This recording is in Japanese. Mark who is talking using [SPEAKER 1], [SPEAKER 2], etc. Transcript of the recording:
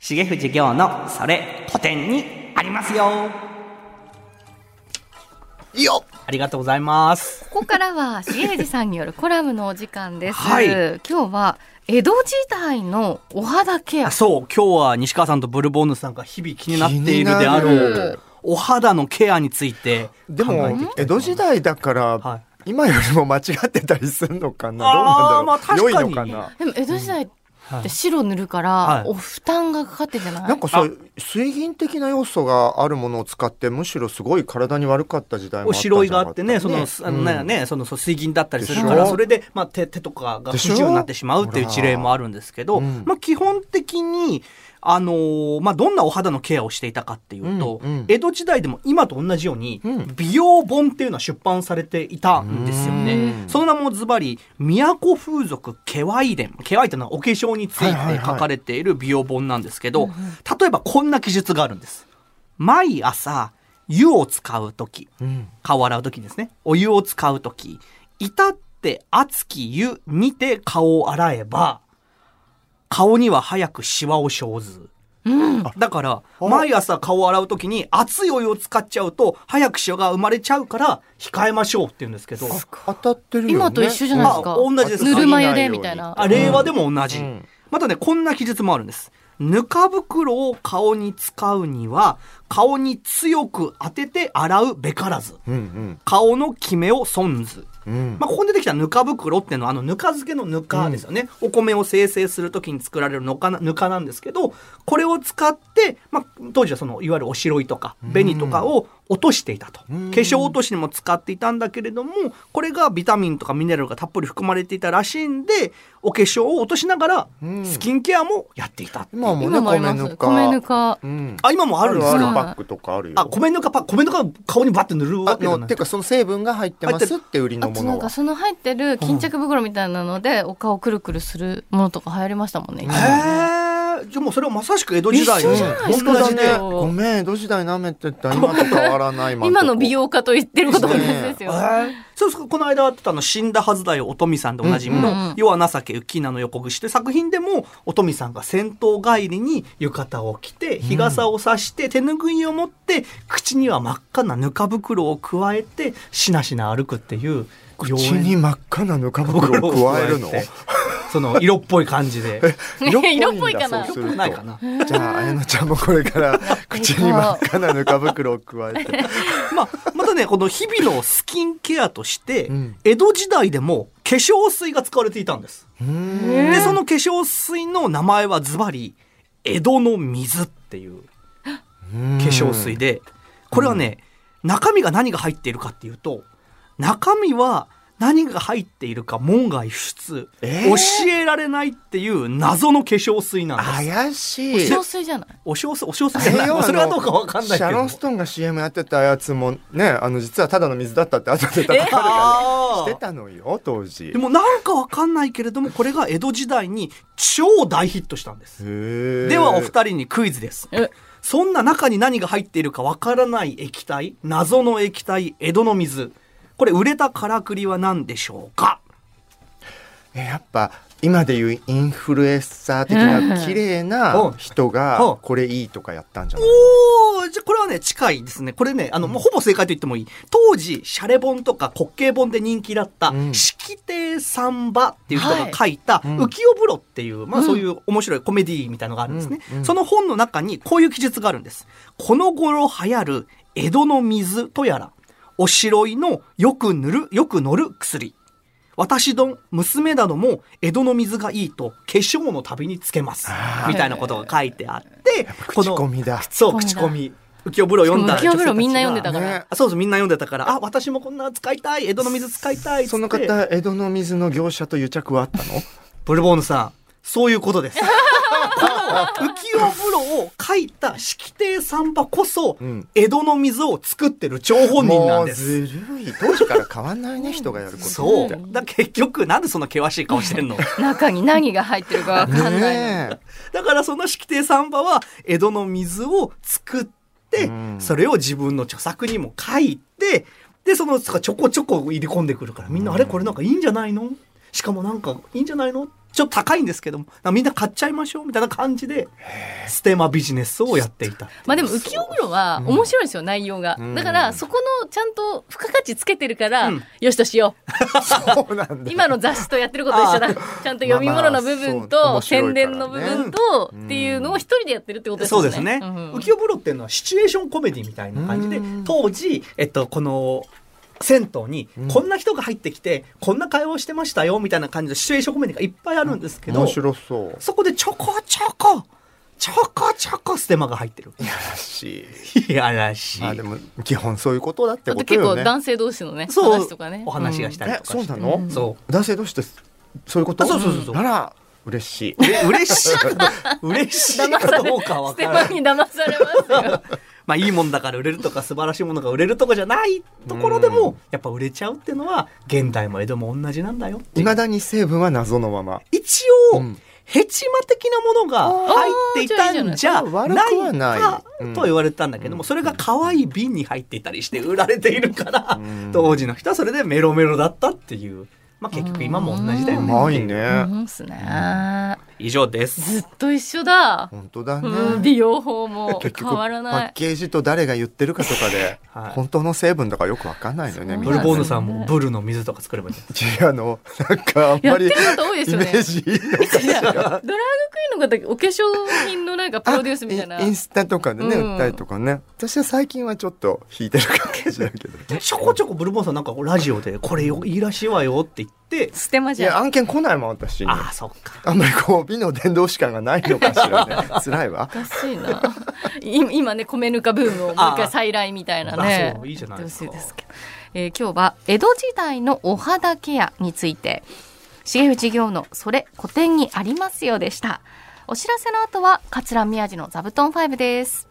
[SPEAKER 1] 重藤行のそれ古典にありますよ
[SPEAKER 2] いいよ
[SPEAKER 1] ありがとうございます
[SPEAKER 3] ここからは重藤さんによるコラムのお時間です、
[SPEAKER 1] はい
[SPEAKER 3] 今日は江戸時代のお肌ケア
[SPEAKER 1] あそう今日は西川さんとブルボンヌさんが日々気になっているであ
[SPEAKER 2] 気にな
[SPEAKER 1] ろ
[SPEAKER 2] る
[SPEAKER 1] うお肌のケアについて
[SPEAKER 2] で
[SPEAKER 1] 考
[SPEAKER 2] も
[SPEAKER 1] えていきたい
[SPEAKER 2] 江戸時代だから、
[SPEAKER 1] はい
[SPEAKER 2] 今よりも間違ってたりするのかなどう
[SPEAKER 1] あーま
[SPEAKER 2] な
[SPEAKER 1] あ
[SPEAKER 2] んだ
[SPEAKER 1] 確
[SPEAKER 2] ろう、
[SPEAKER 1] かに
[SPEAKER 2] 良いのかな
[SPEAKER 3] でも江戸時代って白塗るか
[SPEAKER 1] はい
[SPEAKER 3] らお負担がかかってんじゃない、
[SPEAKER 2] なんかそう水銀的な要素があるものを使ってむしろすごい体に悪かった時代
[SPEAKER 1] お
[SPEAKER 2] もあったんじゃ
[SPEAKER 1] 白
[SPEAKER 2] ない
[SPEAKER 1] があってね、その、あの、なんやね、その、そう水銀だったりするから、
[SPEAKER 2] でしょ
[SPEAKER 1] それで、まあ、手、手とかが不
[SPEAKER 2] でしょ
[SPEAKER 1] 自由になってしまうっていう事例もあるんですけど、
[SPEAKER 2] ほらうん
[SPEAKER 1] まあ、基本的に、あのーまあ、どんなお肌のケアをしていたかっていうと、
[SPEAKER 2] うんうん
[SPEAKER 1] 江戸時代でも今と同じように、
[SPEAKER 2] うん
[SPEAKER 1] 美容本っていうのは出版されていたんですよ
[SPEAKER 2] う
[SPEAKER 1] ね。
[SPEAKER 2] ん
[SPEAKER 1] その名もズバリ、都風俗ケワイ伝。ケワイというのはお化粧につ
[SPEAKER 2] はいはい
[SPEAKER 1] いて
[SPEAKER 2] はい
[SPEAKER 1] 書かれている美容本なんですけど、例えばこんな記述があるんです。毎朝、湯を使うとき、
[SPEAKER 2] うん
[SPEAKER 1] 顔を洗う時ですね。お湯を使う時、至って熱き湯にて顔を洗えば、顔には早くシワを生ず。だから、毎朝顔を洗う時に熱いお湯を使っちゃうと、早くシワが生まれちゃうから、控えましょうって言うんですけど、
[SPEAKER 2] 当たってるよね
[SPEAKER 3] 今と一緒じゃないですか、
[SPEAKER 1] あ同じです
[SPEAKER 3] ぬるま湯でみたいな
[SPEAKER 1] あ令和でも同じ、
[SPEAKER 2] うん
[SPEAKER 1] またねこんな記述もあるんですぬか袋を顔に使うには顔に強く当てて洗うべからず
[SPEAKER 2] うん
[SPEAKER 1] 顔のキメを損ず
[SPEAKER 2] うんうん
[SPEAKER 1] まあ、ここに出てきたぬか袋っていうのはあのぬか漬けのぬかですよね、お米を精製する時に作られるのかなぬかなんですけどこれを使って、まあ、当時はそのいわゆるおしろいとか紅とかを落としていたと、
[SPEAKER 2] ん
[SPEAKER 1] 化粧落としにも使っていたんだけれどもこれがビタミンとかミネラルがたっぷり含まれていたらしいんでお化粧を落としながら
[SPEAKER 2] うん
[SPEAKER 1] スキンケアもやっていたっていう、
[SPEAKER 2] 今もね
[SPEAKER 3] 今もありま
[SPEAKER 2] 米
[SPEAKER 3] す
[SPEAKER 2] ぬか
[SPEAKER 3] 米ぬか
[SPEAKER 2] うん
[SPEAKER 1] あ今もあるんです
[SPEAKER 2] ある
[SPEAKER 1] か
[SPEAKER 3] あ
[SPEAKER 2] パックとかあるよ
[SPEAKER 1] あ米ぬかパ米ぬかを顔にバッて塗るわ
[SPEAKER 2] あ
[SPEAKER 1] けじゃ
[SPEAKER 2] の
[SPEAKER 1] ない
[SPEAKER 2] てかその成分が入ってますって売り
[SPEAKER 3] あ
[SPEAKER 2] のも
[SPEAKER 3] とな
[SPEAKER 2] の
[SPEAKER 3] んか
[SPEAKER 2] は
[SPEAKER 3] その入ってる巾着袋みたいなのでお顔くるくるするものとか流行りましたもんね。
[SPEAKER 2] うん
[SPEAKER 1] へえ
[SPEAKER 3] 一時
[SPEAKER 1] じゃあもうそれはまさしく江戸時代
[SPEAKER 3] 一緒じゃないですか
[SPEAKER 1] 同
[SPEAKER 2] 同
[SPEAKER 1] じ
[SPEAKER 2] じ
[SPEAKER 1] ね
[SPEAKER 3] だ
[SPEAKER 2] ね
[SPEAKER 3] って
[SPEAKER 2] ごめん江戸時代なめてた今と変わらない
[SPEAKER 3] 今の美容家と言ってることも同じですよ。
[SPEAKER 1] えーそうそうこの間あったあの死んだはずだよ乙女さんでおなじみの
[SPEAKER 3] うんうんうん
[SPEAKER 1] 「世は情け浮きなの横串」という作品でも乙女さんが戦闘帰りに浴衣を着て日傘を差して手ぬぐいを持って口には真っ赤なぬか袋を加えてしなしな歩くっていう
[SPEAKER 2] 口に真っ赤なぬか袋を加えるの
[SPEAKER 1] 妖艶てその色っぽい感じで
[SPEAKER 3] 色 っぽいかな
[SPEAKER 2] そうす
[SPEAKER 1] 色っぽ
[SPEAKER 2] る
[SPEAKER 1] く
[SPEAKER 2] と
[SPEAKER 1] ないかな。
[SPEAKER 2] じゃあ綾乃ちゃんもこれから口に真っ赤なぬか袋を加えて
[SPEAKER 1] まあ、またね、この日々のスキンケアとして
[SPEAKER 2] うん、
[SPEAKER 1] 江戸時代でも化粧水が使われていたんです。
[SPEAKER 2] うーん
[SPEAKER 3] へ
[SPEAKER 1] で、
[SPEAKER 3] ー
[SPEAKER 1] その化粧水の名前はズバリ、江戸の水っていう
[SPEAKER 2] 化
[SPEAKER 1] 化粧水で、これはね、中身が何が入っているかっていうと、中身は何が入っているか門外不出、
[SPEAKER 2] えー
[SPEAKER 1] 教えられないっていう謎の化粧水なんです。
[SPEAKER 2] 怪し
[SPEAKER 3] 化
[SPEAKER 2] い
[SPEAKER 3] 粧水じゃない。
[SPEAKER 1] お塩水、お塩水じゃない
[SPEAKER 2] 栄
[SPEAKER 1] まあ
[SPEAKER 2] 養 の
[SPEAKER 1] それはどうかわかんない
[SPEAKER 2] シ
[SPEAKER 1] け
[SPEAKER 2] ャロ
[SPEAKER 1] ど
[SPEAKER 2] ン。ストーンが CM やってたやつもねあの実はただの水だったって後で叩かれたり
[SPEAKER 1] あ
[SPEAKER 2] し
[SPEAKER 1] ー
[SPEAKER 2] てたのよ当時
[SPEAKER 1] でもなんかわかんないけれども、これが江戸時代に超大ヒットしたんです。
[SPEAKER 2] で
[SPEAKER 1] ではお二人にクイズです。そんな中に何が入っているかわからない液体、謎の液体、江戸の水。これ、売れたからくりは何でしょうか
[SPEAKER 2] えやっぱ今でいうインフルエンサー的な綺麗
[SPEAKER 1] うん
[SPEAKER 2] な人
[SPEAKER 1] うん
[SPEAKER 2] がこれいいとかやったんじゃない
[SPEAKER 1] おーじゃあこれはね、近いですね。これね、あの、もうほぼ正解と言ってもいい。当時、シャレ本とか滑稽本で人気だった、
[SPEAKER 2] うん
[SPEAKER 1] 式亭三馬っていう人が書いた、浮世風呂っていう、まあそういう面白いコメディーみたいのがあるんですね。
[SPEAKER 2] うんうん
[SPEAKER 1] その本の中にこういう記述があるんです。この頃流行る江戸の水とやら、おしろいのよく塗る、よく乗る薬。私どん、娘なども江戸の水がいいと化粧のたびにつけます。みたいなことが書いてあって、こ
[SPEAKER 2] 口
[SPEAKER 1] の
[SPEAKER 2] コミだ
[SPEAKER 1] そう、口
[SPEAKER 3] 口
[SPEAKER 1] コ
[SPEAKER 3] コ
[SPEAKER 1] ミ。浮世風呂読んだ。
[SPEAKER 3] 浮世風呂みんな読んでたから。
[SPEAKER 2] ね
[SPEAKER 1] あそうそう、みんな読んでたから、あ、私もこんな使いたい、江戸の水使いたいっつって。
[SPEAKER 2] その方江戸の水の業者と癒着はあったの
[SPEAKER 1] ブルボンヌさん、そういうこと です。この浮世風呂を書いた式亭三馬こそ、
[SPEAKER 2] ん
[SPEAKER 1] 江戸の水を作ってる張本人なん
[SPEAKER 2] もう
[SPEAKER 1] です。
[SPEAKER 2] ずるい当時から変わんないね人がやること
[SPEAKER 1] そうう。だ結局、なんでそんな険しい顔してんの
[SPEAKER 3] 中に何が入ってるかわかんない。
[SPEAKER 2] ね
[SPEAKER 1] だからその式亭三馬は、江戸の水を作って、
[SPEAKER 2] うん
[SPEAKER 1] それを自分の著作にも書いて、で、その、つかちょこちょこ入れ込んでくるから、みんな、あれこれなんかいいんじゃないのしかもなんかいいんじゃないのっちょっと高いんですけども、だからみんな買っちゃいましょうみたいな感じで、ステマビジネスをやっていたっていう。
[SPEAKER 3] まあでも浮世風呂は面白いんですよ、内容が。だから、そこのちゃんと付加価値つけてるから、
[SPEAKER 1] うん
[SPEAKER 3] よしとしよ
[SPEAKER 2] そうなん
[SPEAKER 3] う。
[SPEAKER 2] だ。
[SPEAKER 3] 今の雑誌とやってること一緒だ。ちゃんと読み物の部分
[SPEAKER 2] まあま
[SPEAKER 3] と、
[SPEAKER 2] あそう
[SPEAKER 3] 宣
[SPEAKER 2] 面白い
[SPEAKER 3] 伝
[SPEAKER 2] から
[SPEAKER 3] の
[SPEAKER 2] ね
[SPEAKER 3] 部分と、
[SPEAKER 2] うん
[SPEAKER 3] っていうのを一人でやってるってことです
[SPEAKER 1] そ
[SPEAKER 3] よ
[SPEAKER 1] う
[SPEAKER 3] ね。
[SPEAKER 1] ですね。
[SPEAKER 3] ん
[SPEAKER 1] 浮世風呂っていうのはシチュエーションコメディみたいな感じで
[SPEAKER 2] うん、
[SPEAKER 1] 当時、えっと、この、銭湯に
[SPEAKER 2] うん
[SPEAKER 1] こんな人が入ってきて、こんな会話をしてましたよみたいな感じのシチュエーションコメディがいっぱいあるんですけど、
[SPEAKER 2] 面白そう。
[SPEAKER 1] そこでちょこちょこ、ちょこちょこステマが入ってる。
[SPEAKER 2] いやらし
[SPEAKER 1] い
[SPEAKER 2] い。
[SPEAKER 1] やらしい。
[SPEAKER 2] あでも基本そういうことだって
[SPEAKER 3] あ
[SPEAKER 2] ことと
[SPEAKER 3] 結
[SPEAKER 2] よ
[SPEAKER 3] 構
[SPEAKER 2] ね。
[SPEAKER 3] 男性同士のね、
[SPEAKER 1] そう
[SPEAKER 3] 話とかね。
[SPEAKER 1] お話がしたり
[SPEAKER 2] え
[SPEAKER 1] とか
[SPEAKER 2] そう
[SPEAKER 1] して
[SPEAKER 2] なの？
[SPEAKER 3] うん
[SPEAKER 1] そう。
[SPEAKER 2] 男性同士ってそういうこと？
[SPEAKER 1] あそうそうそうそうん
[SPEAKER 2] なら嬉しい。
[SPEAKER 1] うれ嬉しいかどう、嬉しいかどうか
[SPEAKER 3] うん
[SPEAKER 1] わか
[SPEAKER 3] ステ
[SPEAKER 1] ら
[SPEAKER 3] マ
[SPEAKER 1] ない。
[SPEAKER 3] に騙されますよ。
[SPEAKER 1] まあいいもんだから売れるとか素晴らしいものが売れるとかじゃないところで
[SPEAKER 2] う
[SPEAKER 1] も
[SPEAKER 2] ん、
[SPEAKER 1] やっぱ売れちゃうっていうのは、現代も江戸も同じなんだよってい
[SPEAKER 2] い
[SPEAKER 1] う
[SPEAKER 2] まだに成分は謎のまま。
[SPEAKER 1] 一応、
[SPEAKER 2] うん
[SPEAKER 1] ヘチマ的なものが入っていたんじゃ
[SPEAKER 2] あーじゃあいいじゃな
[SPEAKER 1] ないい
[SPEAKER 2] そ
[SPEAKER 1] か
[SPEAKER 2] う悪くはない
[SPEAKER 1] とは言われたんだけども、それが可愛い瓶に入っていたりして売られているから、
[SPEAKER 2] うん
[SPEAKER 1] 当時の人はそれでメロメロだったっていう。まあ結局今も同じだよ
[SPEAKER 2] う
[SPEAKER 1] ね。
[SPEAKER 2] まい
[SPEAKER 3] うん
[SPEAKER 2] ね。
[SPEAKER 3] うんっすね。
[SPEAKER 1] 以上です。
[SPEAKER 3] ずっと一緒だ。
[SPEAKER 2] 本当だね。
[SPEAKER 3] うん、美容法も
[SPEAKER 2] 結
[SPEAKER 3] 変
[SPEAKER 2] 局パ
[SPEAKER 3] わらな
[SPEAKER 2] ッ
[SPEAKER 3] い。
[SPEAKER 2] ケージと誰が言ってるかとかで
[SPEAKER 1] はい
[SPEAKER 2] 本当の成分とかよくわかんないのよね。
[SPEAKER 3] そう
[SPEAKER 2] み
[SPEAKER 1] ブ
[SPEAKER 2] ん
[SPEAKER 1] ル
[SPEAKER 2] な
[SPEAKER 1] ボンヌさんもブルの水とか作ればいいじゃん。
[SPEAKER 2] いやあのなんかあん
[SPEAKER 3] や
[SPEAKER 2] ま
[SPEAKER 3] って
[SPEAKER 2] り
[SPEAKER 3] ること多いです
[SPEAKER 2] イ
[SPEAKER 3] よ
[SPEAKER 2] メ
[SPEAKER 3] ね。
[SPEAKER 2] ージいいのか
[SPEAKER 3] いや
[SPEAKER 2] し
[SPEAKER 3] ドラ
[SPEAKER 2] ら。
[SPEAKER 3] ァグクイーンの方お化粧品のなんかプロデュースみたいな
[SPEAKER 2] あインインスタとかでね、
[SPEAKER 3] うん
[SPEAKER 2] 売ったりとかね私は最近はちょっと引いてるかもしれないけど
[SPEAKER 1] ちょこちょこブルボンヌさんなんかこうラジオでこれよいいらしいわよって言って、
[SPEAKER 3] ステマ
[SPEAKER 2] い
[SPEAKER 3] じ
[SPEAKER 2] や
[SPEAKER 3] ゃん
[SPEAKER 2] 案件来ないもん私に
[SPEAKER 1] ああ、そっか。
[SPEAKER 2] あんまりこう美の伝道師感がないのかし らね辛いわ
[SPEAKER 3] おかしいな 今今ね米ぬかブームをもう一回再来みたいなね
[SPEAKER 1] あそういいじゃないですか
[SPEAKER 3] やってほしいですけど、えー今日は江戸時代のお肌ケアについて重藤行のそれ古典にありますよでしたお知らせの後は桂宮治の座布団5です